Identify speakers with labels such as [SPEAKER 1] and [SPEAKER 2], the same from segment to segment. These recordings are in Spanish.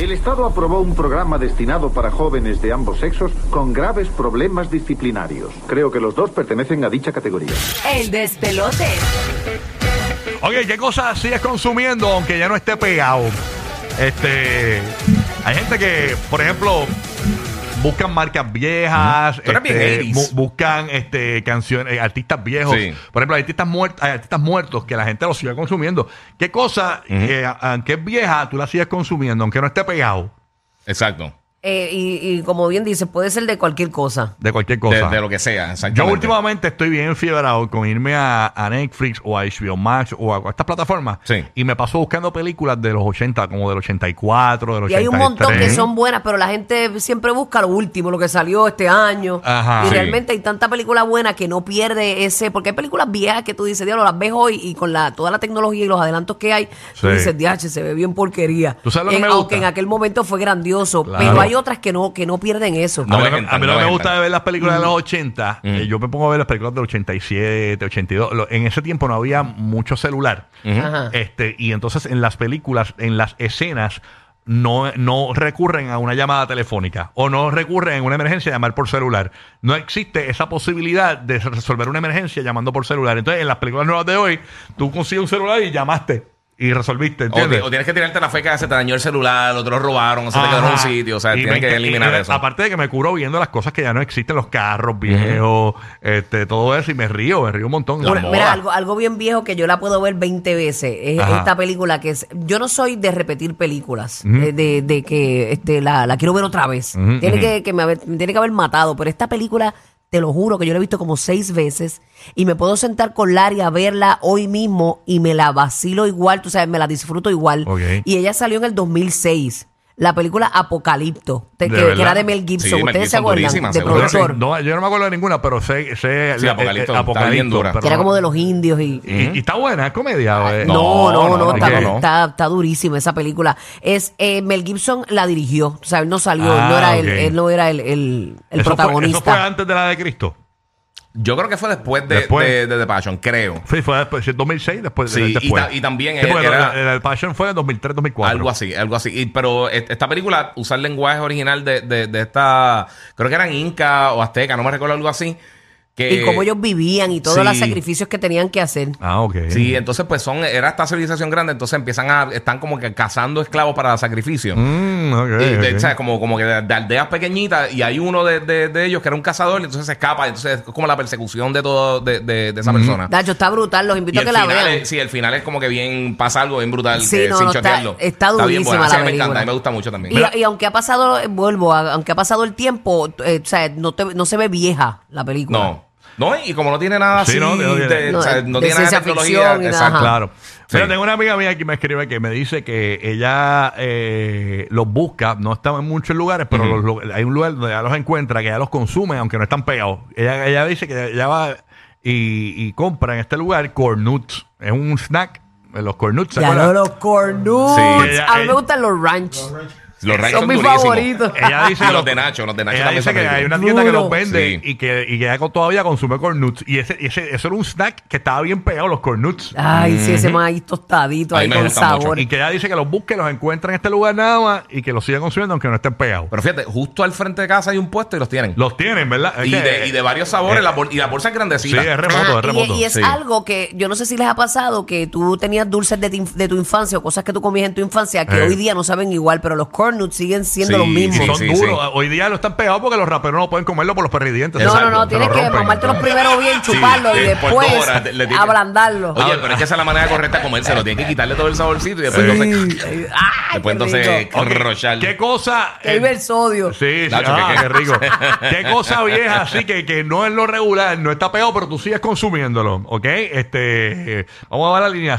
[SPEAKER 1] El Estado aprobó un programa destinado para jóvenes de ambos sexos con graves problemas disciplinarios. Creo que los dos pertenecen a dicha categoría.
[SPEAKER 2] El despelote.
[SPEAKER 3] Oye, ¿qué cosas sigues consumiendo aunque ya no esté pegado? Este. Hay gente que, por ejemplo, buscan marcas viejas,
[SPEAKER 4] Tú eres bien
[SPEAKER 3] este,
[SPEAKER 4] 80s.
[SPEAKER 3] bu- buscan este, canciones, eh, artistas viejos.
[SPEAKER 4] Sí.
[SPEAKER 3] Por ejemplo, hay artistas, muertos, artistas muertos que la gente los sigue consumiendo. ¿Qué cosa, eh, aunque es vieja, tú la sigues consumiendo, aunque no esté pegado
[SPEAKER 4] Exacto.
[SPEAKER 5] Eh, y, y como bien dice, puede ser de cualquier cosa.
[SPEAKER 3] de cualquier
[SPEAKER 4] De,
[SPEAKER 3] cosa?
[SPEAKER 4] de lo que sea.
[SPEAKER 3] Yo
[SPEAKER 4] exactamente.
[SPEAKER 3] últimamente estoy bien enfiebrado con irme a, a Netflix o a HBO Max o a, a estas plataformas
[SPEAKER 4] Sí.
[SPEAKER 3] y me paso buscando películas de los 80, como del 84, del 83.
[SPEAKER 5] Y hay un montón que son buenas, pero la gente siempre busca lo último, lo que salió este año.
[SPEAKER 3] Ajá.
[SPEAKER 5] y
[SPEAKER 4] Sí.
[SPEAKER 5] realmente hay tanta película buena que no pierde ese. Porque hay películas viejas que tú dices, diablo, las ves hoy y con la toda la tecnología y los adelantos que hay, tú
[SPEAKER 3] Sí.
[SPEAKER 5] dices, diache, se ve bien porquería.
[SPEAKER 3] ¿Tú sabes lo que
[SPEAKER 5] En-
[SPEAKER 3] me gusta?
[SPEAKER 5] Aunque en aquel momento fue grandioso,
[SPEAKER 3] Claro.
[SPEAKER 5] pero hay otras que no, que no pierden eso.
[SPEAKER 3] A
[SPEAKER 4] No
[SPEAKER 3] mí lo que-
[SPEAKER 4] vengan,
[SPEAKER 3] a mí
[SPEAKER 4] no
[SPEAKER 3] lo que me
[SPEAKER 4] vengan.
[SPEAKER 3] gusta de ver las películas
[SPEAKER 4] Mm.
[SPEAKER 3] de los 80, eh, yo me pongo a ver las películas del 87, 82. Lo- en ese tiempo no había mucho celular.
[SPEAKER 5] Ajá.
[SPEAKER 3] este Y entonces en las películas, en las escenas, no, no recurren a una llamada telefónica o no recurren en una emergencia a llamar por celular. No existe esa posibilidad de resolver una emergencia llamando por celular. Entonces en las películas nuevas de hoy, tú consigues un celular y llamaste y resolviste.
[SPEAKER 4] O, ti-
[SPEAKER 3] ¿entiendes?
[SPEAKER 4] o tienes que tirarte la feca, se te dañó el celular, otro lo robaron, se te quedó en un
[SPEAKER 3] Ajá.
[SPEAKER 4] sitio. O sea,
[SPEAKER 3] Y
[SPEAKER 4] tienes
[SPEAKER 3] me-
[SPEAKER 4] que
[SPEAKER 3] y-
[SPEAKER 4] eliminar
[SPEAKER 3] y-
[SPEAKER 4] eso.
[SPEAKER 3] Aparte de que me curo viendo las cosas que ya no existen, los carros viejos, este, todo eso, y me río, me río un montón.
[SPEAKER 4] La
[SPEAKER 3] Bueno,
[SPEAKER 4] moda.
[SPEAKER 5] Mira, algo, algo bien viejo que yo la puedo ver 20 veces. Es
[SPEAKER 3] Ajá.
[SPEAKER 5] esta película que es. Yo no soy de repetir películas. eh, de, de que este, la, la quiero ver otra vez. tiene, que, que me, haber- me tiene que haber matado. Pero esta película, te lo juro, que yo la he visto como seis veces. Y me puedo sentar con Larry a verla hoy mismo. Y me la vacilo igual. Tú sabes, me la disfruto igual.
[SPEAKER 3] Ok.
[SPEAKER 5] Y ella salió en el 2006. La película Apocalipto, te-
[SPEAKER 3] ¿De
[SPEAKER 5] que, que
[SPEAKER 3] verdad?
[SPEAKER 5] era de Mel Gibson.
[SPEAKER 4] Sí, Mel
[SPEAKER 5] Ustedes se
[SPEAKER 4] Gibson, durísima,
[SPEAKER 5] acuerdan, de
[SPEAKER 4] seguro que sí.
[SPEAKER 5] productor.
[SPEAKER 3] no, yo no me acuerdo de ninguna, pero sé, sé eh,
[SPEAKER 4] Sí, Apocalipto, está bien dura.
[SPEAKER 3] pero
[SPEAKER 5] Que era
[SPEAKER 3] no-
[SPEAKER 5] como de los indios y.
[SPEAKER 3] y, y está buena, es comedia. ¿eh? ¿o es?
[SPEAKER 5] No, no, no,
[SPEAKER 4] no,
[SPEAKER 5] está,
[SPEAKER 3] ¿qué?
[SPEAKER 4] no.
[SPEAKER 5] Está, está durísima esa película. Es eh, Mel Gibson la dirigió, o sea, él no salió, él no
[SPEAKER 3] Ah,
[SPEAKER 5] era
[SPEAKER 3] ok.
[SPEAKER 5] él, él no era el, el- el
[SPEAKER 3] Eso fue-
[SPEAKER 5] protagonista.
[SPEAKER 3] eso fue antes de la de Cristo.
[SPEAKER 4] Yo creo que fue después de,
[SPEAKER 3] Después.
[SPEAKER 4] de- de The Passion, creo.
[SPEAKER 3] Sí, fue después, sí, 2006, después.
[SPEAKER 4] Sí, y
[SPEAKER 3] después.
[SPEAKER 4] ta- y también
[SPEAKER 3] Sí, porque
[SPEAKER 4] era-
[SPEAKER 3] la- la- la Passion fue en 2003, 2004.
[SPEAKER 4] Algo así, algo así. Y- pero e- esta película, usar el lenguaje original de, de- de esta, creo que eran Inca o Azteca, no me recuerdo algo así. Que,
[SPEAKER 5] y cómo ellos vivían y todos
[SPEAKER 4] sí.
[SPEAKER 5] los sacrificios que tenían que hacer.
[SPEAKER 3] Ah, ok.
[SPEAKER 4] Sí, entonces pues son, era esta civilización grande, entonces empiezan a, están como que cazando esclavos para sacrificio.
[SPEAKER 3] Mm, ok,
[SPEAKER 4] Y de-
[SPEAKER 3] ok.
[SPEAKER 4] ¿sabes? Como, como que de, de aldeas pequeñitas y hay uno de, de- de ellos que era un cazador y entonces se escapa. Entonces es como la persecución de todo de, de- de esa persona.
[SPEAKER 5] Dacho, está brutal, los
[SPEAKER 4] Ah. Y
[SPEAKER 5] invito a
[SPEAKER 4] el
[SPEAKER 5] que la
[SPEAKER 4] final,
[SPEAKER 5] vean.
[SPEAKER 4] es, sí, el final es como que bien pasa algo bien brutal
[SPEAKER 5] Sí,
[SPEAKER 4] que-
[SPEAKER 5] no,
[SPEAKER 4] sin
[SPEAKER 5] no, está-
[SPEAKER 4] chotearlo.
[SPEAKER 5] está
[SPEAKER 4] bien
[SPEAKER 5] durísima
[SPEAKER 4] buena.
[SPEAKER 5] la
[SPEAKER 4] Sí, me encanta,
[SPEAKER 5] película.
[SPEAKER 4] a mí me gusta mucho también.
[SPEAKER 5] Y, y aunque ha pasado, eh, vuelvo, a- aunque ha pasado el tiempo, eh, o sea, no, te- no se ve vieja la película.
[SPEAKER 4] no. No, y como no tiene nada
[SPEAKER 3] Sí,
[SPEAKER 4] así,
[SPEAKER 3] no, no tiene-
[SPEAKER 4] de- o sea,
[SPEAKER 5] No,
[SPEAKER 4] no
[SPEAKER 5] de
[SPEAKER 4] tiene nada de
[SPEAKER 5] ciencia
[SPEAKER 4] tecnología.
[SPEAKER 5] ficción ni nada,
[SPEAKER 4] exacto.
[SPEAKER 5] Ajá.
[SPEAKER 3] Claro.
[SPEAKER 4] Sí.
[SPEAKER 3] Mira, tengo una amiga mía que me escribe que me dice que ella eh, los busca, no está en muchos lugares, pero los lu- hay un lugar donde ya los encuentra, que ya los consume, aunque no están pegados. Ella, ella dice que ella va y, y compra en este lugar cornuts. Es un snack, eh, los cornuts. ¿se
[SPEAKER 5] Ya
[SPEAKER 3] acuerdan?
[SPEAKER 5] no, los cornuts.
[SPEAKER 4] Sí,
[SPEAKER 3] ella-
[SPEAKER 5] a mí
[SPEAKER 3] ella-
[SPEAKER 5] me gustan los ranch.
[SPEAKER 4] Los ranchos
[SPEAKER 5] Son mis
[SPEAKER 4] durísimos.
[SPEAKER 5] favoritos.
[SPEAKER 3] Ella dice
[SPEAKER 4] Y los
[SPEAKER 3] los-
[SPEAKER 4] de Nacho, los de Nacho
[SPEAKER 3] Ella
[SPEAKER 4] también
[SPEAKER 3] dice
[SPEAKER 4] son
[SPEAKER 3] que hay
[SPEAKER 4] ricos.
[SPEAKER 3] una tienda que los
[SPEAKER 5] Duro.
[SPEAKER 3] vende
[SPEAKER 4] Sí.
[SPEAKER 3] y que y que ella todavía consume cornuts. Y ese, y ese, eso era un snack que estaba bien pegado, los cornuts.
[SPEAKER 5] Ay, sí, ese maíz tostadito
[SPEAKER 4] A mí
[SPEAKER 5] ahí
[SPEAKER 4] me
[SPEAKER 5] con
[SPEAKER 4] gusta mucho.
[SPEAKER 5] sabor.
[SPEAKER 3] Y que ella dice que los busque, los encuentra en este lugar nada más y que los siga consumiendo aunque no estén pegados.
[SPEAKER 4] Pero fíjate, justo al frente de casa hay un puesto y los tienen.
[SPEAKER 3] Los tienen, ¿verdad? Es
[SPEAKER 4] y,
[SPEAKER 3] que-
[SPEAKER 4] de, y de varios sabores,
[SPEAKER 3] eh,
[SPEAKER 4] la bol- y la bolsa es
[SPEAKER 3] Sí,
[SPEAKER 4] grandecita.
[SPEAKER 3] es remoto,
[SPEAKER 5] Ajá,
[SPEAKER 3] es remoto.
[SPEAKER 5] Y, y es
[SPEAKER 4] sí.
[SPEAKER 5] algo que yo no sé si les ha pasado que tú tenías dulces de, tu inf- de tu infancia o cosas que tú comías en tu infancia que
[SPEAKER 3] Eh.
[SPEAKER 5] hoy día no saben igual, pero los corn nuts siguen siendo
[SPEAKER 4] Sí,
[SPEAKER 5] los
[SPEAKER 3] Y
[SPEAKER 5] mismos.
[SPEAKER 4] sí,
[SPEAKER 3] son
[SPEAKER 4] sí,
[SPEAKER 3] duros.
[SPEAKER 4] sí.
[SPEAKER 3] Hoy día lo están pegados porque los raperos no pueden comerlo por los perridientes.
[SPEAKER 5] No,
[SPEAKER 4] Exacto,
[SPEAKER 5] no, no,
[SPEAKER 3] se
[SPEAKER 5] tienes
[SPEAKER 3] lo
[SPEAKER 5] que
[SPEAKER 3] rompen.
[SPEAKER 5] mamártelos primero bien, chuparlos
[SPEAKER 4] Sí,
[SPEAKER 5] y
[SPEAKER 4] eh, por
[SPEAKER 5] después
[SPEAKER 4] dos horas, te- le tienes-
[SPEAKER 5] ablandarlos.
[SPEAKER 4] Oye, pero es que esa es la manera correcta de comérselo. Tiene que quitarle todo el saborcito y después entonces,
[SPEAKER 5] Ay, ay,
[SPEAKER 4] después
[SPEAKER 5] qué
[SPEAKER 4] entonces
[SPEAKER 5] rico.
[SPEAKER 3] Ok,
[SPEAKER 4] rochar.
[SPEAKER 3] ¿Qué cosa?
[SPEAKER 5] Que vive el sodio.
[SPEAKER 3] Sí, sí,
[SPEAKER 4] Nacho,
[SPEAKER 3] ah,
[SPEAKER 4] que-
[SPEAKER 3] qué rico. qué cosa vieja así que, que no es lo regular, no está pegado, pero tú sigues consumiéndolo, ¿ok? Este, eh, vamos a ver la línea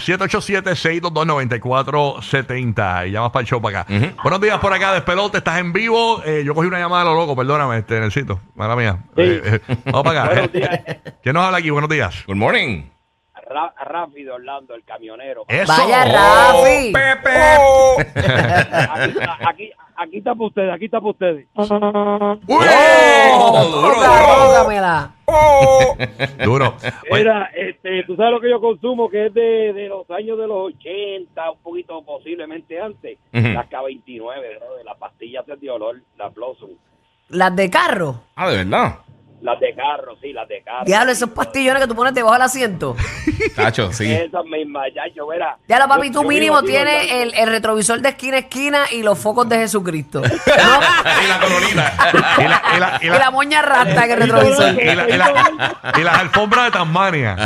[SPEAKER 3] 787-622-9470 y llamas para el show para acá. Buenos días por acá, Despelote, estás en vivo. Eh, yo cogí una llamada a lo loco, perdóname, este, Nelsito, mala mía. Eh, eh, vamos para acá.
[SPEAKER 6] Buenos días.
[SPEAKER 3] ¿Quién nos habla aquí? Buenos días.
[SPEAKER 4] Good morning.
[SPEAKER 6] Ra- rápido, Orlando, el camionero.
[SPEAKER 3] Eso.
[SPEAKER 5] Vaya
[SPEAKER 3] Oh,
[SPEAKER 5] Rafi.
[SPEAKER 4] Pepe.
[SPEAKER 2] Aquí, aquí, aquí está para ustedes, aquí está para ustedes.
[SPEAKER 4] ¡Uy!
[SPEAKER 5] Oh, Tócamela, tócamela.
[SPEAKER 3] Duro. Oye,
[SPEAKER 2] Mira, este, tú sabes lo que yo consumo, que es de, de los años de los 80, un poquito posiblemente antes,
[SPEAKER 4] Ujú.
[SPEAKER 2] la K29, bro, de las pastillas de olor, las Blossom,
[SPEAKER 5] Las de carro.
[SPEAKER 4] Ah, de verdad.
[SPEAKER 2] las de carro, sí, las de carro.
[SPEAKER 5] Diablo, esos pastillones que tú pones debajo del asiento.
[SPEAKER 4] Cacho, sí.
[SPEAKER 2] Esas mismas, ya yo, verá.
[SPEAKER 5] Ya lo papi,
[SPEAKER 2] Yo-
[SPEAKER 5] tú
[SPEAKER 2] yo
[SPEAKER 5] mínimo
[SPEAKER 2] vivo aquí,
[SPEAKER 5] tienes
[SPEAKER 2] ¿verdad?
[SPEAKER 5] el, el retrovisor de esquina a esquina y los focos de Jesucristo. ¿No?
[SPEAKER 4] Y la colonita.
[SPEAKER 3] y la- y la- y
[SPEAKER 5] Y
[SPEAKER 3] la-
[SPEAKER 5] la moña rasta en el retrovisor.
[SPEAKER 3] y la- y la- y las alfombras de
[SPEAKER 4] Ah.
[SPEAKER 3] Tasmania.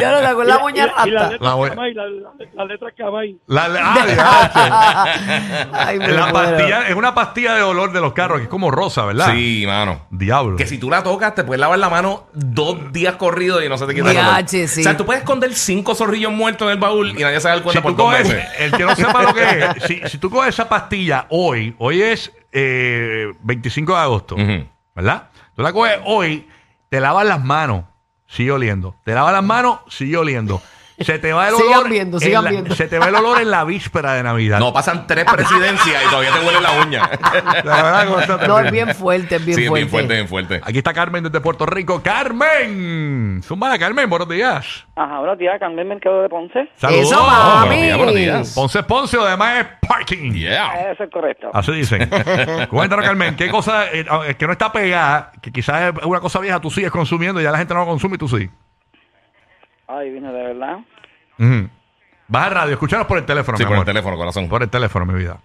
[SPEAKER 5] Ya lo sacó en la moña
[SPEAKER 2] Y- y- y las
[SPEAKER 5] rata.
[SPEAKER 2] letras
[SPEAKER 3] La buena.
[SPEAKER 2] Camay, las- las- las letras Camay.
[SPEAKER 3] La, la- ah, diache.
[SPEAKER 5] Ay, me
[SPEAKER 3] La
[SPEAKER 5] muero.
[SPEAKER 3] pastilla- es una pastilla de olor de los carros, que es como rosa, ¿verdad?
[SPEAKER 4] Sí, mano.
[SPEAKER 3] Diablo.
[SPEAKER 4] Que si tú la tocas, te puedes lavar la mano dos días corridos y no se te quita el olor.
[SPEAKER 5] Diache, sí.
[SPEAKER 4] O sea, tú puedes esconder cinco zorrillos muertos en el baúl y nadie se da
[SPEAKER 3] Si
[SPEAKER 4] cuenta por
[SPEAKER 3] tú
[SPEAKER 4] dos
[SPEAKER 3] coges,
[SPEAKER 4] meses.
[SPEAKER 3] el que no sepa lo que es, si, si tú coges esa pastilla hoy, hoy es eh, 25 de agosto,
[SPEAKER 4] Ujú.
[SPEAKER 3] ¿verdad? Tú la coges hoy, te lavas las manos, sigue oliendo. Te lavas las manos, sigue oliendo. Se te va el
[SPEAKER 5] Sigan
[SPEAKER 3] olor.
[SPEAKER 5] viendo,
[SPEAKER 3] en
[SPEAKER 5] sigan
[SPEAKER 3] la-
[SPEAKER 5] viendo.
[SPEAKER 3] Se te va el olor en la víspera de Navidad.
[SPEAKER 4] No, pasan tres presidencias y todavía te huele la uña.
[SPEAKER 3] La verdad que está
[SPEAKER 5] No, es
[SPEAKER 3] terrible.
[SPEAKER 5] bien fuerte, es bien
[SPEAKER 4] sí, es
[SPEAKER 5] fuerte.
[SPEAKER 4] bien fuerte, bien fuerte.
[SPEAKER 3] Aquí está Carmen desde Puerto Rico. ¡Carmen! Zumba, Carmen, buenos días.
[SPEAKER 6] Ajá, buenos días, Carmen Mercado de Ponce.
[SPEAKER 3] Saludos.
[SPEAKER 5] Eso,
[SPEAKER 4] buenos
[SPEAKER 5] mami.
[SPEAKER 4] días, buenos días.
[SPEAKER 3] Ponce Ponce, además es parking.
[SPEAKER 4] Yeah.
[SPEAKER 6] Eso es correcto.
[SPEAKER 3] Así dicen. Cuéntanos, Carmen, ¿qué cosa eh, eh, que no está pegada, que quizás es una cosa vieja, tú sigues consumiendo y ya la gente no lo consume y tú sí?
[SPEAKER 6] Ay, vino de verdad.
[SPEAKER 3] Ujú. Baja el radio, escúchanos por el teléfono,
[SPEAKER 4] Sí,
[SPEAKER 3] mi
[SPEAKER 4] por el
[SPEAKER 3] amor.
[SPEAKER 4] teléfono, corazón.
[SPEAKER 3] Por el teléfono, mi vida.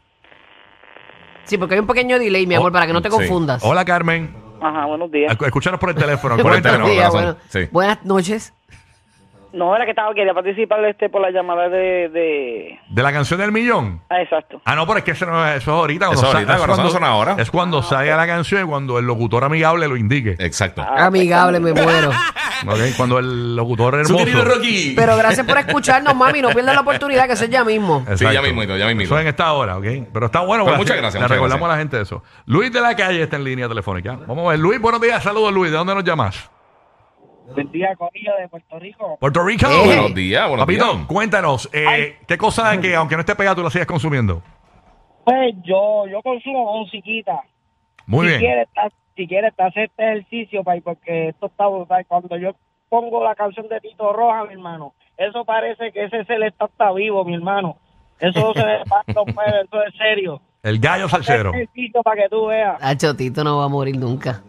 [SPEAKER 5] Sí, porque hay un pequeño delay, mi amor,
[SPEAKER 3] Oh,
[SPEAKER 5] para que no te
[SPEAKER 4] sí.
[SPEAKER 5] confundas.
[SPEAKER 3] Hola, Carmen.
[SPEAKER 6] Ajá, buenos días.
[SPEAKER 3] Escu- Escúchanos por el teléfono.
[SPEAKER 4] Por el
[SPEAKER 3] cuéntanos.
[SPEAKER 5] Buenos días,
[SPEAKER 4] corazón.
[SPEAKER 5] bueno.
[SPEAKER 4] Sí.
[SPEAKER 5] Buenas noches.
[SPEAKER 6] No, era que estaba quería participar este por la llamada de... de...
[SPEAKER 3] De la canción del millón.
[SPEAKER 6] Ah, exacto.
[SPEAKER 3] Ah, no, pero es que eso, no es, eso es ahorita.
[SPEAKER 4] Eso ahorita,
[SPEAKER 3] sa- es
[SPEAKER 4] pero eso no suena ahora.
[SPEAKER 3] Es
[SPEAKER 2] Ah,
[SPEAKER 3] cuando salga la canción y cuando el locutor amigable lo indique.
[SPEAKER 4] Exacto.
[SPEAKER 6] Ah,
[SPEAKER 5] Amigable, me muero.
[SPEAKER 3] Ok, Cuando el locutor
[SPEAKER 4] Su querido
[SPEAKER 3] hermoso.
[SPEAKER 4] Rocky.
[SPEAKER 5] Pero gracias por escucharnos, mami. No pierdas la oportunidad, que eso es ya mismo.
[SPEAKER 4] Sí, ya mismito, ya mismito.
[SPEAKER 3] Eso en esta hora, ¿ok? Pero está bueno.
[SPEAKER 4] Pues
[SPEAKER 3] la-
[SPEAKER 4] muchas gracias,
[SPEAKER 3] Le
[SPEAKER 4] muchas
[SPEAKER 3] recordamos
[SPEAKER 4] gracias.
[SPEAKER 3] a la gente eso. Luis de la calle está en línea telefónica. Vamos a ver. Luis, buenos días. Saludos, Luis. ¿De dónde nos llamas?
[SPEAKER 2] Buen día, Corillo, de Puerto Rico.
[SPEAKER 3] Puerto Rico.
[SPEAKER 5] Eh.
[SPEAKER 4] Buenos días, buenos
[SPEAKER 3] Papito,
[SPEAKER 4] días.
[SPEAKER 3] cuéntanos. eh, ¿Qué cosa que, aunque no esté pegada, tú la sigues consumiendo?
[SPEAKER 2] Pues yo, yo consumo musiquita.
[SPEAKER 3] Muy
[SPEAKER 2] si
[SPEAKER 3] bien.
[SPEAKER 2] Quieres, haz- si quieres, te haces este ejercicio, pai, porque esto está brutal. Cuando yo pongo la canción de Tito Roja, mi hermano, eso parece que ese celeste está vivo, mi hermano. Eso se le parte los pelos, eso es serio.
[SPEAKER 3] El gallo salsero.
[SPEAKER 2] Haz ejercicio para que tú veas.
[SPEAKER 5] Ah, Chotito no va a morir nunca.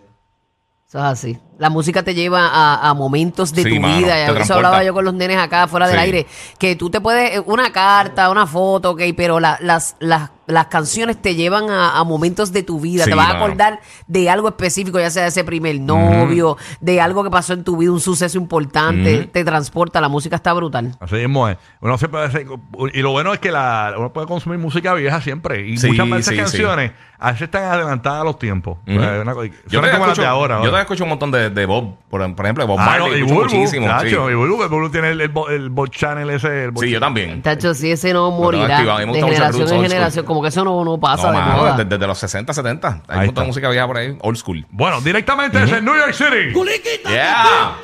[SPEAKER 5] Eso es así. La música te lleva a, a momentos de
[SPEAKER 4] Sí,
[SPEAKER 5] tu
[SPEAKER 4] mano,
[SPEAKER 5] vida.
[SPEAKER 4] te
[SPEAKER 5] Ya Eso
[SPEAKER 4] transporta.
[SPEAKER 5] hablaba yo con los nenes acá fuera del
[SPEAKER 4] Sí.
[SPEAKER 5] aire. Que tú te puedes, eh, una carta, una foto, ok, pero la- las, las, las canciones te llevan a, a momentos de tu vida.
[SPEAKER 4] Sí,
[SPEAKER 5] te vas a
[SPEAKER 4] mano.
[SPEAKER 5] acordar de algo específico, ya sea de ese primer novio, de algo que pasó en tu vida, un suceso importante. Te transporta, la música está brutal.
[SPEAKER 3] Así mismo es. Uno siempre hace- y lo bueno es que la, uno puede consumir música vieja siempre. Y
[SPEAKER 4] Sí,
[SPEAKER 3] muchas veces
[SPEAKER 4] sí,
[SPEAKER 3] canciones a veces están adelantadas a los tiempos.
[SPEAKER 4] Ujú.
[SPEAKER 3] Eh, una cosa-
[SPEAKER 4] Yo
[SPEAKER 3] suenan
[SPEAKER 4] te
[SPEAKER 3] como las
[SPEAKER 4] escucho,
[SPEAKER 3] de ahora.
[SPEAKER 4] yo
[SPEAKER 3] ahora.
[SPEAKER 4] te escucho un montón de, de Bob, por, por ejemplo, de Bob
[SPEAKER 3] Ah,
[SPEAKER 4] Marley,
[SPEAKER 3] no, y
[SPEAKER 4] escucho
[SPEAKER 3] Bulbu,
[SPEAKER 4] muchísimo. sí.
[SPEAKER 3] chacho, y Bulbu, que Bulbu tiene el, el, bo- el bot channel ese. El bot-
[SPEAKER 4] Sí, yo también.
[SPEAKER 5] Tacho, si ese no
[SPEAKER 4] activado. A
[SPEAKER 5] morirá
[SPEAKER 4] mí
[SPEAKER 5] de
[SPEAKER 4] me gusta mucho el
[SPEAKER 5] generación
[SPEAKER 4] roots old
[SPEAKER 5] en
[SPEAKER 4] school.
[SPEAKER 5] generación, como que eso no, no pasa
[SPEAKER 4] No,
[SPEAKER 5] de
[SPEAKER 4] mano,
[SPEAKER 5] moda.
[SPEAKER 4] desde, desde los 60, 70. Hay
[SPEAKER 3] Ahí
[SPEAKER 4] un montón
[SPEAKER 3] está.
[SPEAKER 4] de música vieja por ahí, old school.
[SPEAKER 3] Bueno, directamente desde New York City.
[SPEAKER 4] Yeah.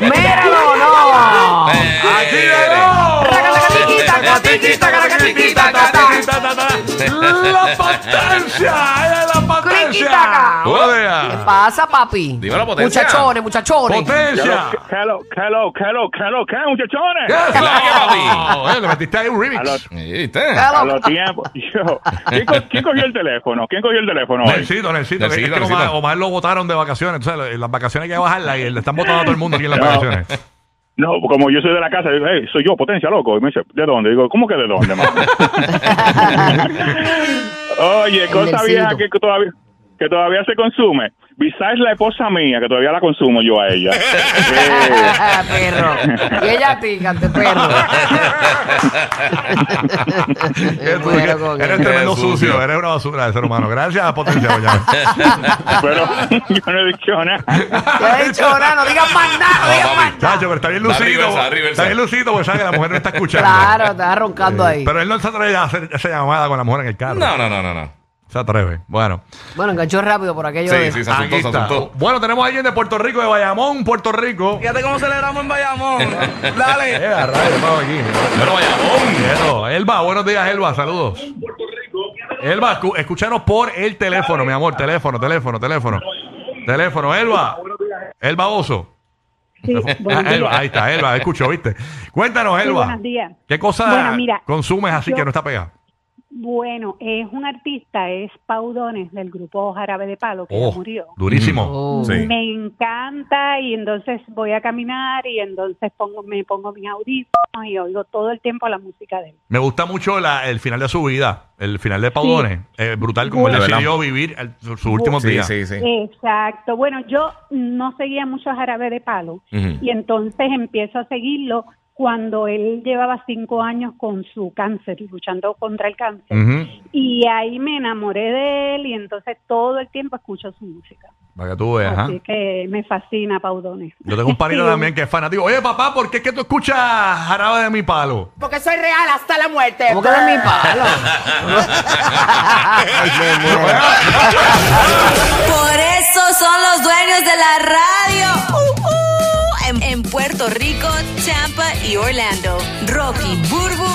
[SPEAKER 5] ¡Míralo, no!
[SPEAKER 3] ¡Aquí llegó!
[SPEAKER 5] Racatacatica,
[SPEAKER 4] catiquita, catiquita, catiquita,
[SPEAKER 3] ¡La potencia! ¡Ella es la potencia!
[SPEAKER 5] Culiquitaca.
[SPEAKER 3] Buenos
[SPEAKER 5] ¿Qué
[SPEAKER 3] días.
[SPEAKER 5] pasa, papi?
[SPEAKER 4] Dímelo, potencia.
[SPEAKER 5] Muchachones, muchachones.
[SPEAKER 3] ¡Potencia!
[SPEAKER 2] Hello, hello, hello, hello, ¿qué, muchachones?
[SPEAKER 3] Yes,
[SPEAKER 4] ¿Qué la que,
[SPEAKER 3] Lord. Eh, Le metiste ahí un remix.
[SPEAKER 4] Sí, ¿Viste?
[SPEAKER 5] Hello.
[SPEAKER 7] a los tiempos. Yo. ¿Quién, co- quién cogió el teléfono? ¿Quién cogió el teléfono hoy?
[SPEAKER 3] Necesito, necesito. Es que
[SPEAKER 4] Nelsito,
[SPEAKER 3] Omar-
[SPEAKER 4] Nelsito.
[SPEAKER 3] Omar lo votaron de vacaciones. Entonces, las vacaciones hay que bajarla y le están votando a todo el mundo aquí en las vacaciones.
[SPEAKER 7] No, como yo soy de la casa, digo, "Hey, soy yo, potencia loco. Y me dice, ¿de dónde? Digo, ¿cómo que de dónde, mano? Oye, cosa
[SPEAKER 5] Nelsito.
[SPEAKER 7] vieja que todavía, que todavía se consume. Besides la esposa mía, que todavía la consumo yo a ella. Eh,
[SPEAKER 5] perro. Y ella a ti, cante perro. Me
[SPEAKER 3] Eres tú,
[SPEAKER 5] muero
[SPEAKER 3] que-
[SPEAKER 5] con
[SPEAKER 3] eres
[SPEAKER 5] él.
[SPEAKER 3] tremendo
[SPEAKER 4] Eres sucio.
[SPEAKER 3] sucio. Eres una basura de ser humano. Gracias, potencia. Boyan.
[SPEAKER 7] pero yo no he dicho nada.
[SPEAKER 5] Ya he dicho ahora, no digas más nada, no
[SPEAKER 4] No,
[SPEAKER 5] digas
[SPEAKER 4] papi.
[SPEAKER 5] más nada.
[SPEAKER 3] Chacho, pero está bien
[SPEAKER 4] Da
[SPEAKER 3] lucido.
[SPEAKER 4] reversa, da reversa.
[SPEAKER 3] Está bien lucido porque sabe que la mujer no está escuchando. Eh,
[SPEAKER 5] Claro, estaba roncando ahí.
[SPEAKER 3] Pero él no se atreve a hacer esa llamada con la mujer en el carro.
[SPEAKER 4] No, no, no, no. no.
[SPEAKER 3] Se atreve. Bueno.
[SPEAKER 5] Bueno, enganchó rápido por aquello
[SPEAKER 4] Sí,
[SPEAKER 5] de...
[SPEAKER 4] sí, se
[SPEAKER 3] Aquí
[SPEAKER 4] asustó, se
[SPEAKER 3] está.
[SPEAKER 4] asustó.
[SPEAKER 3] Bueno, tenemos a alguien de Puerto Rico, de Bayamón, Puerto Rico.
[SPEAKER 8] Fíjate cómo celebramos en Bayamón.
[SPEAKER 3] Eh,
[SPEAKER 8] Dale.
[SPEAKER 3] a rayos, estamos aquí.
[SPEAKER 4] Pero vaya,
[SPEAKER 3] Eso, Elba, buenos días, Elba, saludos. Elba, escu- escúchanos por el teléfono, mi amor, teléfono, teléfono, teléfono. Teléfono, Elba. Elba Oso.
[SPEAKER 8] Sí, buenos
[SPEAKER 3] Ah,
[SPEAKER 8] días.
[SPEAKER 3] Elba, ahí está, Elba, escucho, ¿viste? Cuéntanos,
[SPEAKER 8] Sí,
[SPEAKER 3] Elba.
[SPEAKER 8] buenos días.
[SPEAKER 3] ¿Qué cosa
[SPEAKER 8] Bueno, mira,
[SPEAKER 3] consumes así
[SPEAKER 8] yo-
[SPEAKER 3] que no está pegada?
[SPEAKER 8] Bueno, es un artista, es Paudones del grupo Jarabe de Palo, que ya
[SPEAKER 3] Oh,
[SPEAKER 8] murió.
[SPEAKER 3] durísimo.
[SPEAKER 5] Oh.
[SPEAKER 4] Sí.
[SPEAKER 8] Me encanta y entonces voy a caminar y entonces pongo, me pongo mis audífonos y oigo todo el tiempo la música de él.
[SPEAKER 3] Me gusta mucho la- el final de su vida, el final de Paudones. Eh, brutal como
[SPEAKER 4] Bueno.
[SPEAKER 3] él decidió vivir el- su- sus últimos
[SPEAKER 4] Sí,
[SPEAKER 3] días.
[SPEAKER 4] sí, sí.
[SPEAKER 8] Exacto. Bueno, yo no seguía mucho a Jarabe de Palo
[SPEAKER 4] Ujú.
[SPEAKER 8] y entonces empiezo a seguirlo cuando él llevaba cinco años con su cáncer, luchando contra el cáncer.
[SPEAKER 3] Ujú.
[SPEAKER 8] Y ahí me enamoré de él y entonces todo el tiempo escucho su música.
[SPEAKER 3] Para que tú veas. ¿ah?
[SPEAKER 8] Así que me fascina Paudones.
[SPEAKER 3] Yo tengo un panito
[SPEAKER 8] Sí,
[SPEAKER 3] también que es fanático. Oye, papá, ¿por qué es que tú escuchas Jarabe de mi palo?
[SPEAKER 9] Porque soy real hasta la muerte.
[SPEAKER 5] ¿Cómo que no es mi palo?
[SPEAKER 10] Ay, me muero.
[SPEAKER 11] Por eso son los dueños de la radio. Uh, uh. En, en Puerto Rico, Tampa y Orlando. Rocky, Burbu